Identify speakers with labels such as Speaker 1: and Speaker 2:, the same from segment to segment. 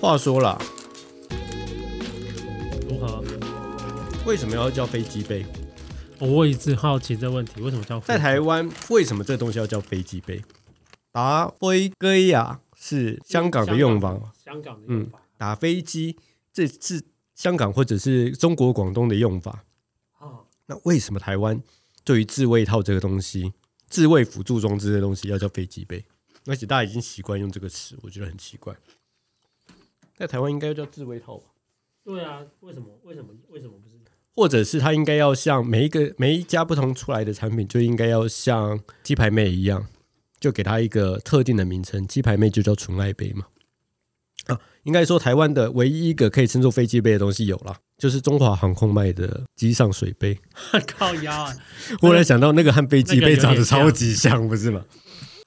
Speaker 1: 话说啦，
Speaker 2: 如何？
Speaker 1: 为什么要叫飞机杯？
Speaker 2: 我一直好奇这问题，为什么叫
Speaker 1: 在台湾为什么这东西要叫飞机杯？打飞机呀，是香港的用法，
Speaker 2: 香港的用
Speaker 1: 嗯
Speaker 2: 法？
Speaker 1: 打飞机这是香港或者是中国广东的用法。
Speaker 2: 啊，
Speaker 1: 那为什么台湾对于自慰套这个东西，自慰辅助装置的东西要叫飞机杯？而且大家已经习惯用这个词，我觉得很奇怪。在台湾应该叫自慰套吧，
Speaker 2: 对啊，为什么？为什么？为什么不是？
Speaker 1: 或者是它应该要像每一个每一家不同出来的产品，就应该要像鸡排妹一样，就给它一个特定的名称。鸡排妹就叫纯爱杯嘛。啊，应该说台湾的唯一一个可以称作飞机杯的东西有啦，就是中华航空卖的机上水杯。
Speaker 2: 靠腰啊！
Speaker 1: 忽然想到那个和飞机杯长得
Speaker 2: 那个有
Speaker 1: 超
Speaker 2: 点
Speaker 1: 级像，不是吗？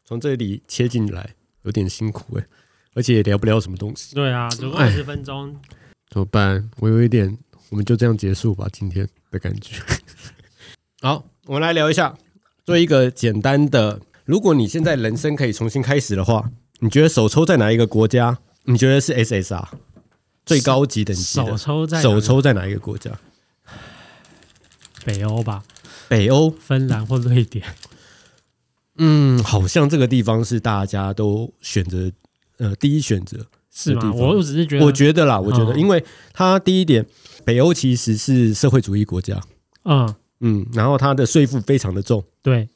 Speaker 1: 从这里切进来有点辛苦哎、而且也聊不了什么东西，
Speaker 2: 对啊，如果二十分钟，
Speaker 1: 哎怎么办？我有一点，我们就这样结束吧，今天的感觉。 好，我们来聊一下，做一个简单的，如果你现在人生可以重新开始的话，你觉得手抽在哪一个国家？你觉得是 SSR 最高级等级
Speaker 2: 手
Speaker 1: 的？
Speaker 2: 抽在哪
Speaker 1: 手抽在哪一个国家？
Speaker 2: 北欧吧，
Speaker 1: 北欧
Speaker 2: 芬兰或瑞典。
Speaker 1: 嗯，好像这个地方是大家都选择呃第一选择
Speaker 2: 是
Speaker 1: 的地
Speaker 2: 吗？
Speaker 1: 方
Speaker 2: 我我只是觉得，
Speaker 1: 我觉得啦，我觉得，
Speaker 2: 嗯
Speaker 1: 因为它第一点，北欧其实是社会主义国家，
Speaker 2: 嗯，
Speaker 1: 嗯，然后它的税负非常的重，
Speaker 2: 对，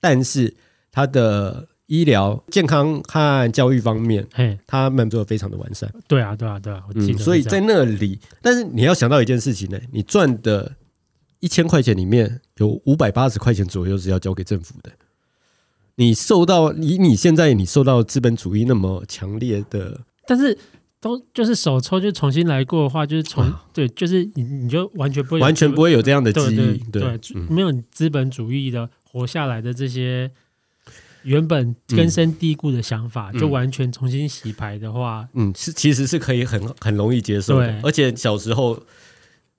Speaker 1: 但是它的医疗、健康和教育方面，
Speaker 2: 嘿，
Speaker 1: 他们做的非常的完善，
Speaker 2: 对啊，对啊，对啊，我
Speaker 1: 嗯，
Speaker 2: 记得是这样。
Speaker 1: 所以在那里，但是你要想到一件事情呢、你赚的一千块钱里面有五百八十块钱左右是要交给政府的。你受到以你现在你受到资本主义那么强烈的，
Speaker 2: 但是都就是手抽就重新来过的话，就是重、对，就是你你就完全不会
Speaker 1: 啊
Speaker 2: 有
Speaker 1: 完全不会有这样的记
Speaker 2: 对对
Speaker 1: 忆，嗯
Speaker 2: 对没有资本主义的活下来的这些原本根深蒂固的想法，
Speaker 1: 嗯
Speaker 2: 就完全重新洗牌的话，
Speaker 1: 嗯，是其实是可以很很容易接受的
Speaker 2: 对，
Speaker 1: 而且小时候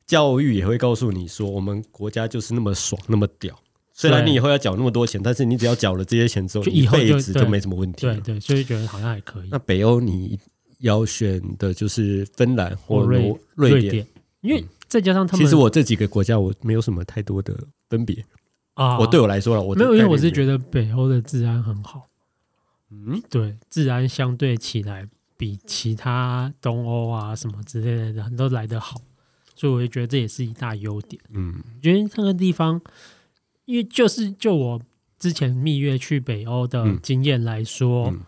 Speaker 1: 教育也会告诉你说，我们国家就是那么爽，那么屌。虽然
Speaker 2: 对
Speaker 1: 你以后要缴那么多钱，但是你只要缴了这些钱之后，
Speaker 2: 就
Speaker 1: 你
Speaker 2: 以后就
Speaker 1: 一辈子就
Speaker 2: 对
Speaker 1: 没什么问题了
Speaker 2: 对。对，所以觉得好像还可以。
Speaker 1: 啊那北欧你要选的就是芬兰或
Speaker 2: 或瑞
Speaker 1: 挪瑞典。嗯
Speaker 2: 典，因为再加上他们，
Speaker 1: 其实我这几个国家我没有什么太多的分别，
Speaker 2: 啊，
Speaker 1: 我对我来说了，我
Speaker 2: 没有，因为我
Speaker 1: 得，
Speaker 2: 是觉得北欧的治安很好，
Speaker 1: 嗯，
Speaker 2: 对，治安相对起来比其他东欧啊什么之类的都来得好，所以我就觉得这也是一大优点。
Speaker 1: 嗯
Speaker 2: 我觉得那个地方，因为就是就我之前蜜月去北欧的
Speaker 1: 嗯
Speaker 2: 经验来说，
Speaker 1: 嗯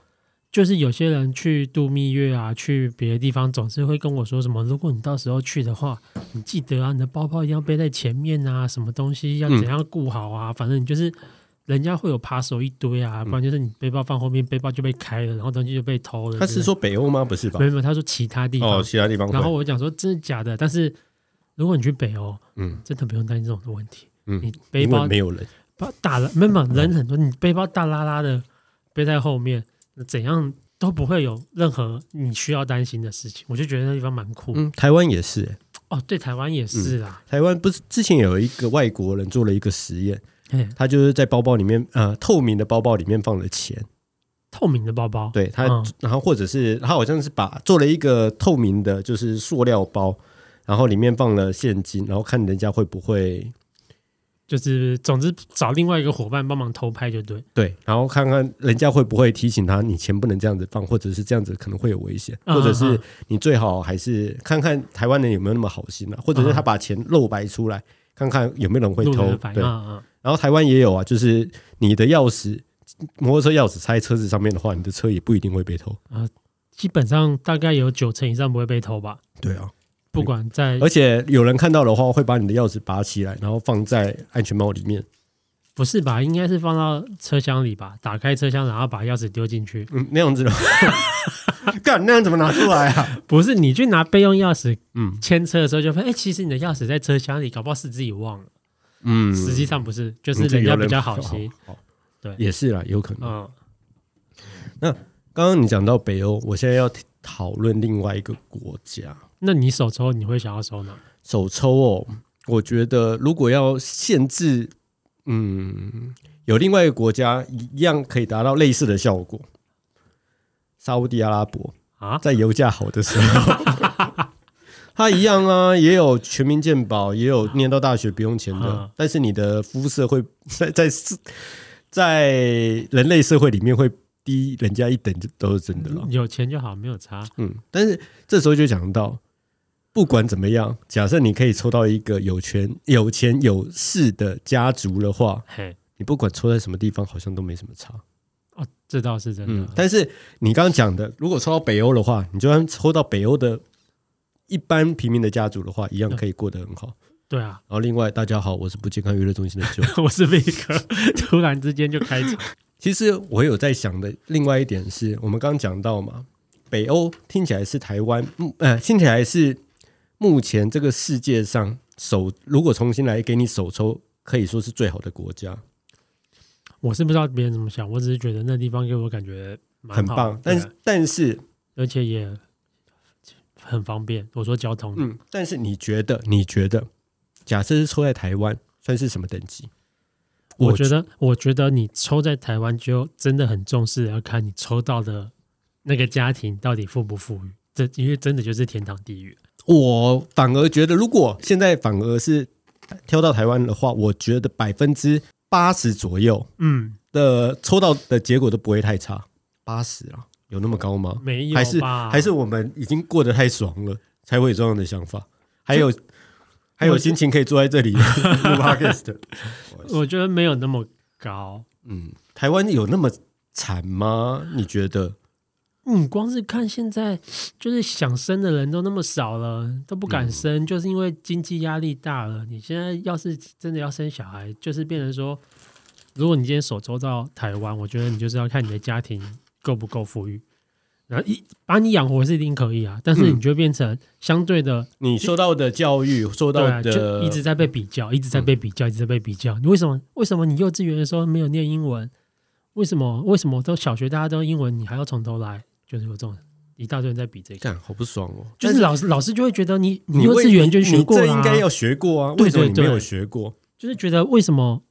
Speaker 2: 就是有些人去度蜜月啊，去别的地方，总是会跟我说什么，如果你到时候去的话，你记得啊，你的包包一定要背在前面啊，什么东西要
Speaker 1: 嗯
Speaker 2: 怎样顾好啊，反正你就是。人家会有扒手一堆啊，
Speaker 1: 嗯
Speaker 2: 不然就是你背包放后面，背包就被开了，然后东西就被偷了。
Speaker 1: 他是说北欧吗？不是吧
Speaker 2: 没？有没有，他说其他地方。
Speaker 1: 哦，其他地方会。
Speaker 2: 然后我讲说真的假的，但是如果你去北欧，
Speaker 1: 嗯
Speaker 2: 真的不用担心这种的问题。
Speaker 1: 嗯
Speaker 2: 你背
Speaker 1: 因
Speaker 2: 包
Speaker 1: 为没有人，
Speaker 2: 包大了，没有没有人很多，你背包大拉拉的背在后面，怎样都不会有任何你需要担心的事情。我就觉得那地方蛮酷。
Speaker 1: 嗯，台湾也是、欸
Speaker 2: 哦，对，台湾也是啦。
Speaker 1: 台湾不是之前有一个外国人做了一个实验，
Speaker 2: 哎、
Speaker 1: 他就是在包包里面，呃，透明的包包里面放了钱，
Speaker 2: 透明的包包，
Speaker 1: 对他，
Speaker 2: 嗯
Speaker 1: 然后或者是他好像是把做了一个透明的，就是塑料包，然后里面放了现金，然后看人家会不会
Speaker 2: 就是总之找另外一个伙伴帮忙偷拍就对。
Speaker 1: 对，然后看看人家会不会提醒他，你钱不能这样子放，或者是这样子可能会有危险，
Speaker 2: 嗯
Speaker 1: 或者是
Speaker 2: 嗯
Speaker 1: 你最好还是看看台湾人有没有那么好心啊，或者是他把钱露白出来，看看有没有人会
Speaker 2: 嗯路人
Speaker 1: 偷
Speaker 2: 的，反应
Speaker 1: 对，
Speaker 2: 啊
Speaker 1: 然后台湾也有啊，就是你的钥匙，摩托车钥匙插在车子上面的话，你的车也不一定会被偷。
Speaker 2: 基本上大概有九成以上不会被偷吧，
Speaker 1: 对啊，
Speaker 2: 不管在
Speaker 1: 而且有人看到的话，会把你的钥匙拔起来，然后放在安全帽里面。
Speaker 2: 不是吧？应该是放到车厢里吧？打开车厢，然后把钥匙丢进去。
Speaker 1: 嗯，那样子的 话，干那样怎么拿出来啊？
Speaker 2: 不是你去拿备用钥匙
Speaker 1: 嗯
Speaker 2: 牵车的时候就发现，哎、其实你的钥匙在车厢里，搞不好是自己忘了。
Speaker 1: 嗯，
Speaker 2: 实际上不是，就
Speaker 1: 就是
Speaker 2: 人家比较好心。，
Speaker 1: 好
Speaker 2: 对
Speaker 1: 也是啦，有可能。
Speaker 2: 嗯，
Speaker 1: 刚刚你讲到北欧，我现在要讨论另外一个国家，
Speaker 2: 那你手抽你会想要收哪？
Speaker 1: 手抽哦，我觉得如果要限制，嗯，有另外一个国家一样可以达到类似的效果，沙烏地阿拉伯。
Speaker 2: 啊，
Speaker 1: 在油价好的时候， 它一样啊，也有全民健保，也有念到大学不用钱的，
Speaker 2: 嗯
Speaker 1: 但是你的肤色会在在在人类社会里面会低人家一等，这都是真的啦。
Speaker 2: 有钱就好，没有差。
Speaker 1: 嗯，但是这时候就讲到，不管怎么样，假设你可以抽到一个有权、有钱、有势的家族的话，
Speaker 2: 嘿，
Speaker 1: 你不管抽在什么地方，好像都没什么差。
Speaker 2: 哦，这倒是真
Speaker 1: 嗯
Speaker 2: 的，。
Speaker 1: 但是你刚刚讲的，如果抽到北欧的话，你就算抽到北欧的一般平民的家族的话，一样可以过得很好。
Speaker 2: 对啊，
Speaker 1: 然后另外，大家好，我是不健康娱乐中心的 Joe。
Speaker 2: 我是 Vic，突然之间就开场。
Speaker 1: 其实我有在想的另外一点是，我们刚刚讲到嘛，北欧听起来是台湾，嗯呃，听起来是目前这个世界上首，如果重新来给你首抽，可以说是最好的国家，
Speaker 2: 我是不知道别人怎么想，我只是觉得那地方给我感觉蛮
Speaker 1: 很
Speaker 2: 好
Speaker 1: 棒。
Speaker 2: 对
Speaker 1: 但
Speaker 2: 啊
Speaker 1: 是但是
Speaker 2: 而且也很方便。我说交通，
Speaker 1: 嗯，但是你觉得？你觉得？假设是抽在台湾，算是什么等级？
Speaker 2: 我觉得，我觉得你抽在台湾就真的很重视，要看你抽到的那个家庭到底富不富裕。这因为真的就是天堂地狱。
Speaker 1: 我反而觉得，如果现在反而是挑到台湾的话，我觉得百分之八十左右
Speaker 2: 嗯，
Speaker 1: 的抽到的结果都不会太差。八十啊，有那么高吗？
Speaker 2: 没有
Speaker 1: 还是
Speaker 2: 吧？
Speaker 1: 还是我们已经过得太爽了，才会有这样的想法？还有还有心情可以坐在 这里录 podcast？
Speaker 2: 我觉得没有那么高。
Speaker 1: 嗯，台湾有那么惨吗？你觉得？
Speaker 2: 嗯，光是看现在，就是想生的人都那么少了，都不敢生，就是因为经济压力大了。你现在要是真的要生小孩，就是变成说，如果你今天手抽到台湾，我觉得你就是要看你的家庭够不够富裕，然后一把你养活是一定可以啊，但是你就变成相对的，
Speaker 1: 你受到的教育，受
Speaker 2: 对
Speaker 1: 到
Speaker 2: 啊，
Speaker 1: 的、嗯
Speaker 2: 就一直在被比较，一直在被比较，一直在被比较。你为什么？为什么你幼稚园的时候没有念英文？为什么？为什么都小学大家都英文，你还要从头来？就是有这种一大堆人在比这个，
Speaker 1: 干好不爽哦。
Speaker 2: 就是
Speaker 1: 但
Speaker 2: 老师老师就会觉得你
Speaker 1: 是
Speaker 2: 你幼稚园就
Speaker 1: 你
Speaker 2: 学过
Speaker 1: 这
Speaker 2: 啦、
Speaker 1: 应该要学过啊。
Speaker 2: 对
Speaker 1: 为什么
Speaker 2: 对
Speaker 1: 你没有
Speaker 2: 对
Speaker 1: 学过？
Speaker 2: 就是觉得为什么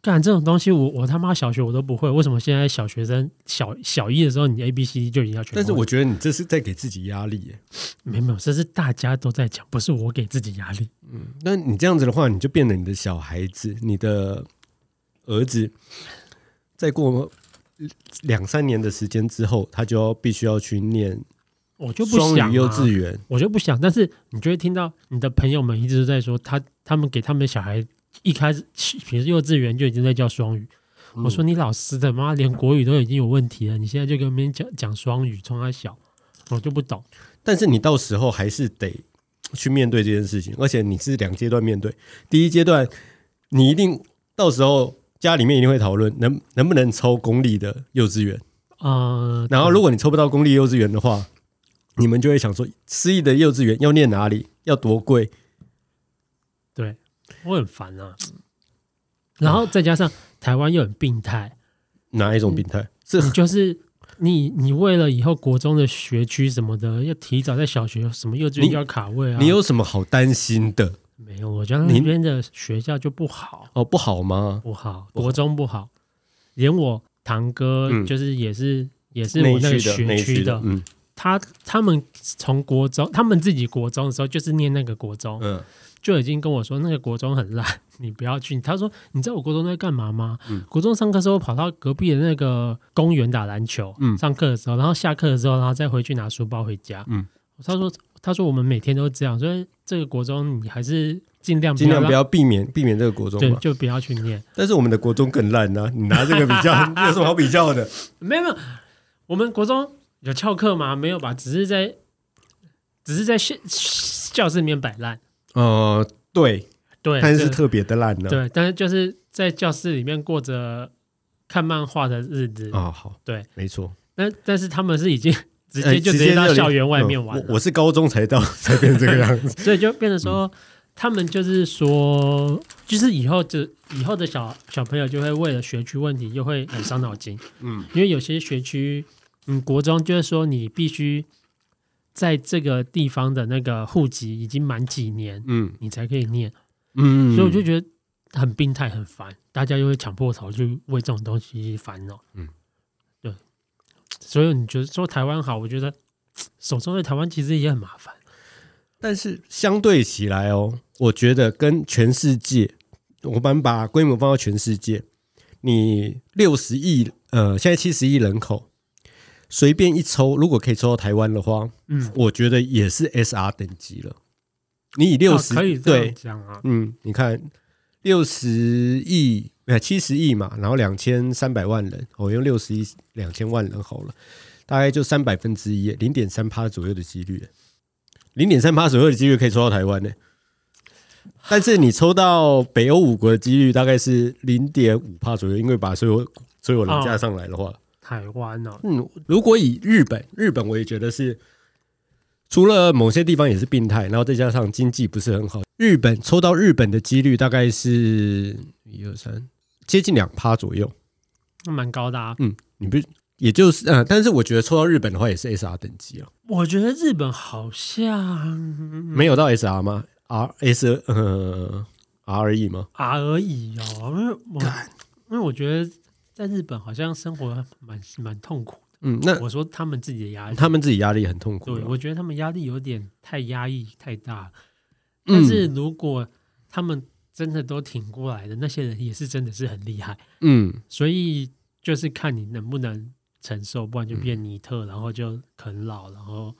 Speaker 2: 干这种东西我，我他妈小学我都不会，为什么现在小学生小小一的时候你 A B C D 就已经要全部会？
Speaker 1: 但是我觉得你这是在给自己压力耶。
Speaker 2: 没有没有，这是大家都在讲，不是我给自己压力。
Speaker 1: 那你这样子的话，你就变得你的小孩子，你的儿子，再过两三年的时间之后，他就要必须要去念
Speaker 2: 我就不
Speaker 1: 双
Speaker 2: 想、啊、
Speaker 1: 语幼稚园。
Speaker 2: 我就不想，但是你就会听到你的朋友们一直都在说，他他们给他们的小孩一开始，比如幼稚园就已经在教双语。我说你老师的妈，连国语都已经有问题了，啊你现在就跟别人讲讲双语，从他小，我就不懂。
Speaker 1: 但是你到时候还是得去面对这件事情，而且你是两阶段面对。第一阶段，你一定到时候家里面一定会讨论能能不能抽公立的幼稚园，
Speaker 2: 呃，
Speaker 1: 然后如果你抽不到公立幼稚园的话，你们就会想说私立的幼稚园要念哪里，要多贵，
Speaker 2: 对我很烦啊。然后再加上台湾又很病态，
Speaker 1: 哪一
Speaker 2: 嗯
Speaker 1: 种病态？是
Speaker 2: 你就是你你为了以后国中的学区什么的，要提早在小学什么幼稚园
Speaker 1: 你
Speaker 2: 就要卡位啊。
Speaker 1: 你有什么好担心的？
Speaker 2: 没有？我觉得
Speaker 1: 你
Speaker 2: 那边的学校就不好。啊
Speaker 1: 哦，不好吗？
Speaker 2: 不好，
Speaker 1: 不好
Speaker 2: 国中不好，连我堂哥
Speaker 1: 嗯
Speaker 2: 就是也是、也是
Speaker 1: 内
Speaker 2: 我那个
Speaker 1: 区的，
Speaker 2: 学
Speaker 1: 内
Speaker 2: 区
Speaker 1: 区
Speaker 2: 的，
Speaker 1: 嗯
Speaker 2: 他他们从国中，他们自己国中的时候就是念那个国中，
Speaker 1: 嗯，
Speaker 2: 就已经跟我说那个国中很烂，你不要去。他说你知道我国中在干嘛吗？
Speaker 1: 嗯
Speaker 2: 国中上课时候跑到隔壁的那个公园打篮球，
Speaker 1: 嗯
Speaker 2: 上课的时候，然后下课的时候，然后再回去拿书包回家，
Speaker 1: 嗯
Speaker 2: 他说他说我们每天都这样，所以这个国中你还是尽量
Speaker 1: 尽量
Speaker 2: 让
Speaker 1: 不要避免避免这个国中
Speaker 2: 对，
Speaker 1: 嘛。
Speaker 2: 就不要去念。
Speaker 1: 但是我们的国中更烂呢、你拿这个比较 有什么好比较的？
Speaker 2: 没有没有，我们国中有翘课吗？没有吧，只是在只是在教教室里面摆烂。
Speaker 1: 呃，对，
Speaker 2: 对，
Speaker 1: 但是
Speaker 2: 这
Speaker 1: 特别的烂呢、
Speaker 2: 对，但是就是在教室里面过着看漫画的日子。
Speaker 1: 啊、好，
Speaker 2: 对，
Speaker 1: 没错，
Speaker 2: 但但是他们是已经直接就
Speaker 1: 呃
Speaker 2: 直接到
Speaker 1: 连
Speaker 2: 校园外面
Speaker 1: 嗯
Speaker 2: 玩了，
Speaker 1: 我我是高中才到才变这个样 子。
Speaker 2: 所以就变成说。
Speaker 1: 嗯
Speaker 2: 他们就是说，就是以后就以后的小小朋友就会为了学区问题，又会很伤脑筋。
Speaker 1: 嗯，
Speaker 2: 因为有些学区，嗯，国中就是说你必须在这个地方的那个户籍已经满几年，
Speaker 1: 嗯
Speaker 2: 你才可以念，
Speaker 1: 嗯，
Speaker 2: 所以我就觉得很病态、很烦，大家又会抢破头去为这种东西烦恼。
Speaker 1: 嗯，
Speaker 2: 对，所以你觉得说台湾好，我觉得手中在台湾其实也很麻烦。
Speaker 1: 但是相对起来哦，我觉得跟全世界，我们把规模放到全世界，你六十亿呃，现在七十亿人口，随便一抽，如果可以抽到台湾的话，
Speaker 2: 嗯，
Speaker 1: 我觉得也是 SR 等级了。你以六十、
Speaker 2: 啊可以这样
Speaker 1: 对，
Speaker 2: 讲啊，
Speaker 1: 嗯，你看六十亿呃七十亿嘛，然后两千三百万人，我用六十亿两千万人好了，大概就三百分之一，零点三趴左右的几率，零点三趴左右的几率可以抽到台湾呢、但是你抽到北欧五国的几率大概是零点五帕左右，因为把所有所有人加上来的话，
Speaker 2: 台湾哦，
Speaker 1: 嗯，如果以日本，日本我也觉得是，除了某些地方也是病态，然后再加上经济不是很好，日本抽到日本的几率大概是一二三，接近两趴左右。
Speaker 2: 那蛮高的啊。
Speaker 1: 嗯，你不也就是呃，但是我觉得抽到日本的话也是 SR 等级啊，
Speaker 2: 我觉得日本好像
Speaker 1: 没有到 SR
Speaker 2: 嗯
Speaker 1: 吗？R S 呃 R E 吗？
Speaker 2: R 而已哦，因为我因为我觉得在日本好像生活蛮蛮痛苦的。
Speaker 1: 嗯，那
Speaker 2: 我说他们自己的压力，
Speaker 1: 他们自己压力很痛苦
Speaker 2: 对
Speaker 1: 了。
Speaker 2: 我觉得他们压力有点太压抑太大了。
Speaker 1: 嗯
Speaker 2: 但是如果他们真的都挺过来的，那些人也是真的是很厉害。
Speaker 1: 嗯，
Speaker 2: 所以就是看你能不能承受，不然就变尼特，然后就啃老，然后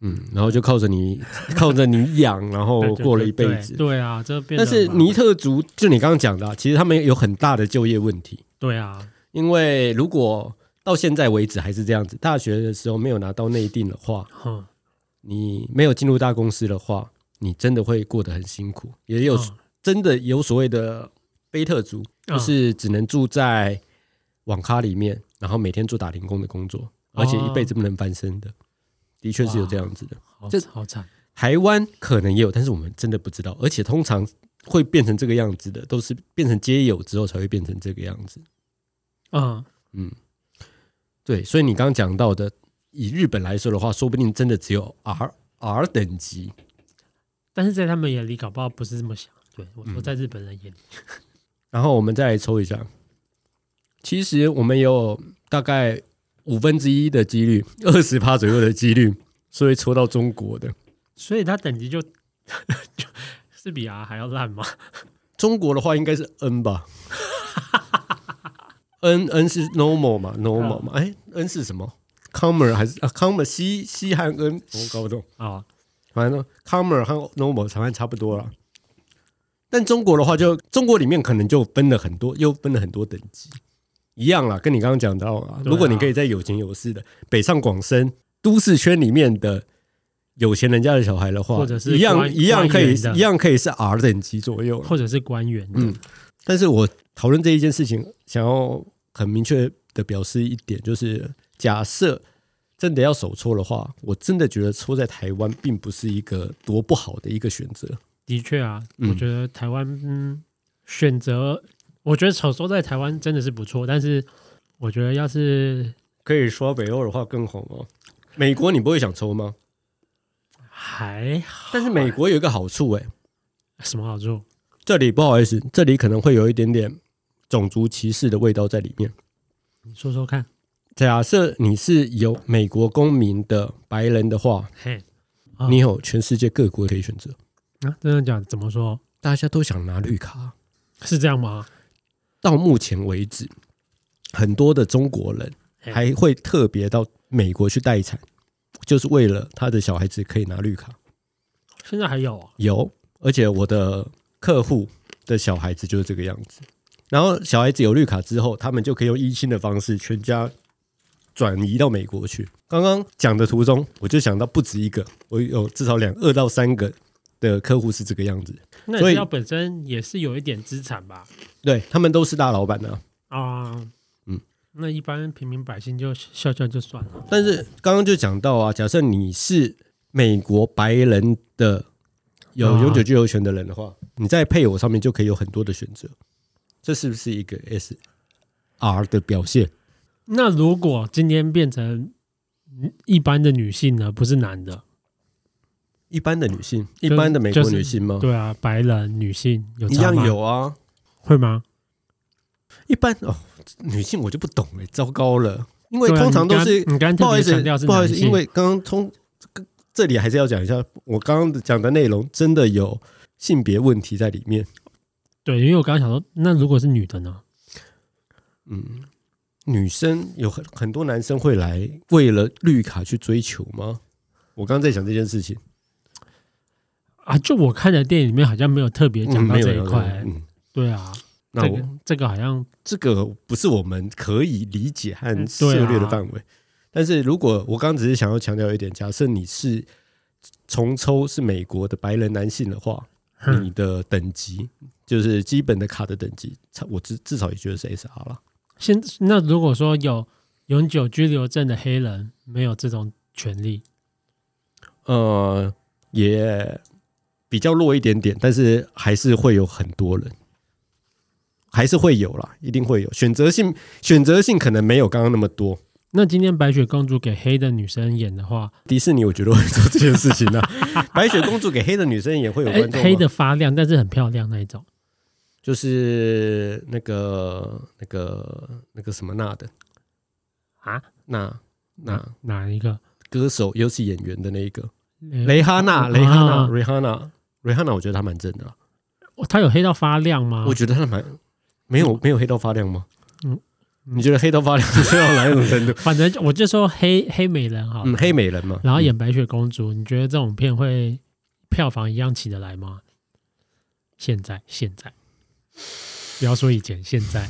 Speaker 1: 嗯，然后就靠着你，靠着你养，然后
Speaker 2: 对
Speaker 1: 哦
Speaker 2: 对
Speaker 1: 过了一辈
Speaker 2: 对
Speaker 1: 子。
Speaker 2: 对啊，这变得
Speaker 1: 但是
Speaker 2: 蛮
Speaker 1: 尼特族，就你刚刚讲的啊，其实他们有很大的就业问题，
Speaker 2: 对啊，
Speaker 1: 因为如果到现在为止还是这样子，大学的时候没有拿到内定的话，
Speaker 2: 哼，
Speaker 1: 你没有进入大公司的话，你真的会过得很辛苦。也有、
Speaker 2: 嗯
Speaker 1: 真的有所谓的非特族，就
Speaker 2: 嗯
Speaker 1: 是只能住在网咖里面，然后每天做打零工的工作，而且一辈子不能翻身的，的确是有这样子的。
Speaker 2: 好
Speaker 1: 这
Speaker 2: 好惨，
Speaker 1: 台湾可能也有，但是我们真的不知道。而且通常会变成这个样子的，都是变成街友之后才会变成这个样子。
Speaker 2: 嗯，
Speaker 1: 对，所以你刚刚讲到的，以日本来说的话，说不定真的只有 R R 等级。
Speaker 2: 但是在他们眼里，搞不好不是这么想。对我说，
Speaker 1: 嗯
Speaker 2: 在日本人眼里，
Speaker 1: 然后我们再来抽一下，其实我们也有大概五分之一的几率，二十趴左右的几率，所以抽到中国的。
Speaker 2: 所以他等级就 就是比 R 还要烂嘛。
Speaker 1: 中国的话应该是 N 吧 ，N N 是 normal 嘛，normal 嘛，哎、n 是什么？common 还是啊，common 西西和 N 我搞不懂，
Speaker 2: 啊，
Speaker 1: 反正 common 和 normal 常常差不多啦。但中国的话就，中国里面可能就分了很多，又分了很多等级，一样啦，跟你刚刚讲到啊，
Speaker 2: 对啊
Speaker 1: 如果你可以在有钱有势的北上广深都市圈里面的有钱人家的小孩的话，
Speaker 2: 或者是
Speaker 1: 一样
Speaker 2: 官
Speaker 1: 一样可以
Speaker 2: 官员的
Speaker 1: 一样可以是 R 等级左右啦，
Speaker 2: 或者是官员的，
Speaker 1: 嗯但是我讨论这一件事情，想要很明确的表示一点，就是假设真的要手抽的话，我真的觉得抽在台湾并不是一个多不好的一个选择。
Speaker 2: 的确啊，
Speaker 1: 嗯
Speaker 2: 我觉得台湾、嗯、选择，我觉得手收在台湾真的是不错，但是我觉得要是
Speaker 1: 可以说北欧的话更好哦吗？美国你不会想抽吗？
Speaker 2: 还好
Speaker 1: 但是美国有一个好处、诶，
Speaker 2: 什么好处？
Speaker 1: 这里不好意思，这里可能会有一点点种族歧视的味道在里面。
Speaker 2: 你说说看。
Speaker 1: 假设你是有美国公民的白人的话，
Speaker 2: 嘿，
Speaker 1: 你有全世界各国可以选择，
Speaker 2: 啊，真的讲怎么说？
Speaker 1: 大家都想拿绿卡。
Speaker 2: 是这样吗？
Speaker 1: 到目前为止，很多的中国人
Speaker 2: 嘿
Speaker 1: 还会特别到美国去待产，就是为了他的小孩子可以拿绿卡。
Speaker 2: 现在还有啊？
Speaker 1: 有，而且我的客户的小孩子就是这个样子。然后小孩子有绿卡之后，他们就可以用依亲的方式，全家转移到美国去。刚刚讲的途中，我就想到不止一个，我有至少两二到三个的客户是这个样子。
Speaker 2: 那
Speaker 1: 所
Speaker 2: 也
Speaker 1: 以
Speaker 2: 是要本身也是有一点资产吧？
Speaker 1: 对他们都是大老板的、啊，
Speaker 2: 啊，
Speaker 1: 嗯，
Speaker 2: 那一般平民百姓就笑笑就算了。
Speaker 1: 但是刚刚就讲到啊，假设你是美国白人的有
Speaker 2: 啊
Speaker 1: 永久居留权的人的话，你在配偶上面就可以有很多的选择，这是不是一个 S R 的表现？
Speaker 2: 那如果今天变成嗯一般的女性呢？不是男的，
Speaker 1: 一般的女性，一
Speaker 2: 就是
Speaker 1: 般的美国
Speaker 2: 就是
Speaker 1: 女性吗？
Speaker 2: 对啊，白人女性有
Speaker 1: 哦一
Speaker 2: 差
Speaker 1: 样
Speaker 2: 吗？
Speaker 1: 有啊。
Speaker 2: 会吗？
Speaker 1: 一般哦，女性我就不懂了，糟糕了，因为
Speaker 2: 对啊
Speaker 1: 通常
Speaker 2: 你
Speaker 1: 都
Speaker 2: 刚
Speaker 1: 是
Speaker 2: 你刚刚
Speaker 1: 不
Speaker 2: 特
Speaker 1: 好
Speaker 2: 别
Speaker 1: 意思
Speaker 2: 强调，是
Speaker 1: 不好意
Speaker 2: 男
Speaker 1: 思，
Speaker 2: 性
Speaker 1: 因为刚刚通这里还是要讲一下，我刚刚讲的内容真的有性别问题在里面。
Speaker 2: 对，因为我刚刚想说，那如果是女的呢？
Speaker 1: 嗯，女生有很很多男生会来为了绿卡去追求吗？我刚刚在想这件事情，
Speaker 2: 啊，就我看的电影里面好像没有特别讲
Speaker 1: 嗯
Speaker 2: 到
Speaker 1: 没有
Speaker 2: 这一
Speaker 1: 没有
Speaker 2: 块、
Speaker 1: 没有嗯，
Speaker 2: 对啊，
Speaker 1: 那
Speaker 2: 这
Speaker 1: 我
Speaker 2: 个这个好像
Speaker 1: 这个不是我们可以理解和
Speaker 2: 嗯
Speaker 1: 涉猎
Speaker 2: 对
Speaker 1: 的
Speaker 2: 啊
Speaker 1: 范围。但是如果我刚刚只是想要强调一点，假设你是重抽是美国的白人男性的话，
Speaker 2: 嗯
Speaker 1: 你的等级就是基本的卡的等级，差我至至少也觉得是 SR 了。
Speaker 2: 现那如果说有永久居留证的黑人没有这种权利，
Speaker 1: 呃，也比较弱一点点，但是还是会有很多人，还是会有啦，一定会有选择性，选择性可能没有刚刚那么多。
Speaker 2: 那今天白雪公主给黑的女生演的话，
Speaker 1: 迪士尼我觉得会做这件事情 啊，白雪公主给黑的女生也会有
Speaker 2: 黑
Speaker 1: 观众、
Speaker 2: 哎黑，的发亮，但是很漂亮那一种，
Speaker 1: 就是那个那个那个什么娜的
Speaker 2: 啊，
Speaker 1: 那那
Speaker 2: 哪一个？
Speaker 1: 歌手，又是演员的那一个
Speaker 2: 雷，
Speaker 1: 蕾哈娜，
Speaker 2: 啊
Speaker 1: 蕾哈娜，蕾哈娜，蕾哈娜，我觉得她蛮正的啊、
Speaker 2: 哦她有黑到发亮吗
Speaker 1: 我？觉得他蛮没有没有黑到发亮吗？嗯
Speaker 2: 啊嗯，？
Speaker 1: 你觉得黑到发亮是要哪一种程度
Speaker 2: 反正我就说黑黑美人好了
Speaker 1: 嗯，黑美人嘛。
Speaker 2: 然后演白雪公主，你觉得这种片会票房一样起得来吗？现在，现在，不要说以前，现在，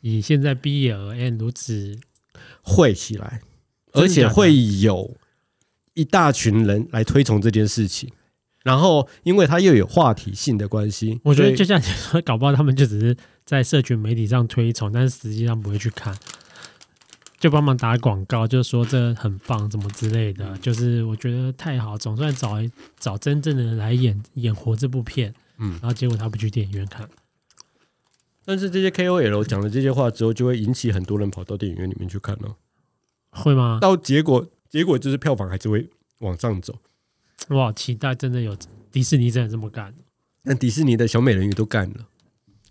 Speaker 2: 以现在 B L N 如此，
Speaker 1: 会起来，
Speaker 2: 真
Speaker 1: 而
Speaker 2: 的
Speaker 1: 且
Speaker 2: 假的
Speaker 1: 会有一大群人来推崇这件事情。然后，因为它又有话题性的关系，
Speaker 2: 我觉得
Speaker 1: 所
Speaker 2: 就
Speaker 1: 以
Speaker 2: 像你说， 搞不好他们就只是在社群媒体上推崇，但是实际上不会去看，就帮忙打广告，就说这很棒，怎么之类
Speaker 1: 嗯
Speaker 2: 的。就是我觉得太好，总算找一找真正的人来演演活这部片，
Speaker 1: 嗯
Speaker 2: 嗯，然后结果他不去电影院看，
Speaker 1: 但是这些 KOL 讲了这些话之后，就会引起很多人跑到电影院里面去看了、
Speaker 2: 会吗？
Speaker 1: 到结果，结果就是票房还是会往上走。
Speaker 2: 我好期待，真的有迪士尼真的这么干。
Speaker 1: 但迪士尼的小美人鱼都干了，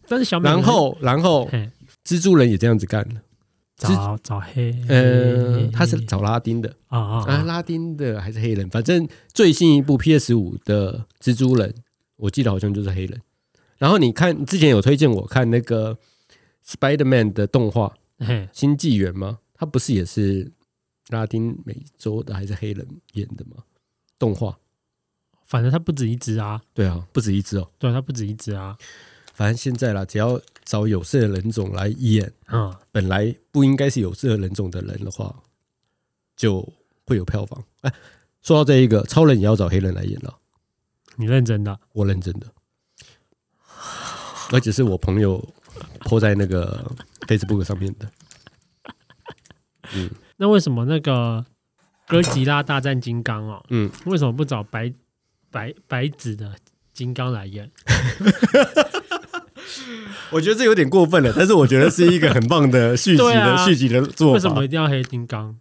Speaker 2: 但是小美人
Speaker 1: 然后，然后
Speaker 2: 嘿
Speaker 1: 蜘蛛人也这样子干了。
Speaker 2: 找找黑，
Speaker 1: 呃，他是找拉丁的，
Speaker 2: 啊
Speaker 1: 啊，
Speaker 2: 啊啊
Speaker 1: 拉丁的还是黑人，反正最新一部 PS 五的蜘蛛人，我记得好像就是黑人。然后你看之前有推荐我看那个 Spider Man 的动画《
Speaker 2: 嘿，
Speaker 1: 新纪元》吗？它不是也是拉丁美洲的还是黑人演的吗？动画
Speaker 2: 反正他不止一只啊，
Speaker 1: 对啊，不止一只哦。
Speaker 2: 对他不止一只啊，
Speaker 1: 反正现在啦，只要找有色人种来演
Speaker 2: 嗯，
Speaker 1: 本来不应该是有色人种的人的话，就会有票房。哎，说到这一个，超人也要找黑人来演了。
Speaker 2: 你认真的，
Speaker 1: 我认真的，而且是我朋友 po 在那个 Facebook 上面的。
Speaker 2: 那为什么那个哥吉拉大战金刚哦，
Speaker 1: 嗯，
Speaker 2: 为什么不找白白白子的金刚来演？
Speaker 1: 我觉得这有点过分了，但是我觉得是一个很棒的续集
Speaker 2: 对
Speaker 1: 的、
Speaker 2: 啊
Speaker 1: 续集的做
Speaker 2: 为什么
Speaker 1: 法
Speaker 2: 一。定要黑金刚？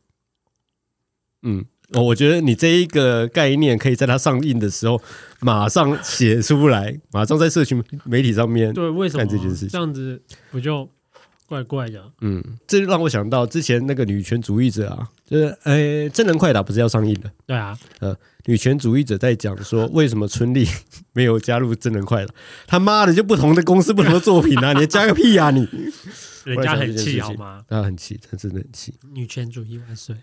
Speaker 1: 嗯，哦，我觉得你这一个概念可以在它上映的时候马上写出来，马上在社群媒体上面。
Speaker 2: 对，为什么
Speaker 1: 干这件事情
Speaker 2: 这样子不就怪怪的？
Speaker 1: 嗯，这让我想到之前那个女权主义者啊，就是呃，真人快打不是要上映了。
Speaker 2: 对啊，
Speaker 1: 女权主义者在讲说，为什么春丽 没有加入真人快乐？他妈的，就不同的公司、不同的作品啊！你加个屁啊你！
Speaker 2: 人家
Speaker 1: 我也想这
Speaker 2: 很
Speaker 1: 件事
Speaker 2: 气
Speaker 1: 情
Speaker 2: 好吗？
Speaker 1: 他很气，他真的很气。
Speaker 2: 女权主义万岁！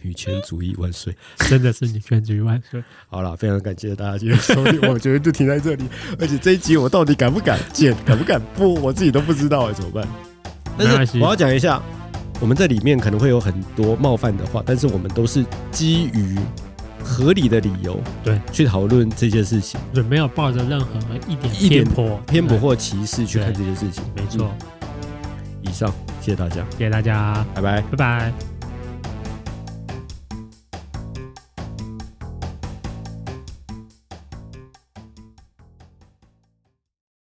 Speaker 1: 女权主义万岁！
Speaker 2: 真的是女权主义万岁！
Speaker 1: 好了，非常感谢大家今天收听， 我觉得就停在这里。而且这一集我到底敢不敢剪，敢不敢播，我自己都不知道、哎，怎么办？
Speaker 2: 没关
Speaker 1: 但是
Speaker 2: 系
Speaker 1: 我要讲一下，我们这里面可能会有很多冒犯的话，但是我们都是基于合理的理由
Speaker 2: 对
Speaker 1: 去讨论这件事情，
Speaker 2: 对，没有抱着任何一点
Speaker 1: 一点
Speaker 2: 偏颇
Speaker 1: 偏颇或歧视去看这件事情。嗯
Speaker 2: 对没错。
Speaker 1: 以上，谢谢大家，
Speaker 2: 谢谢大家，
Speaker 1: 拜拜。
Speaker 2: 拜拜。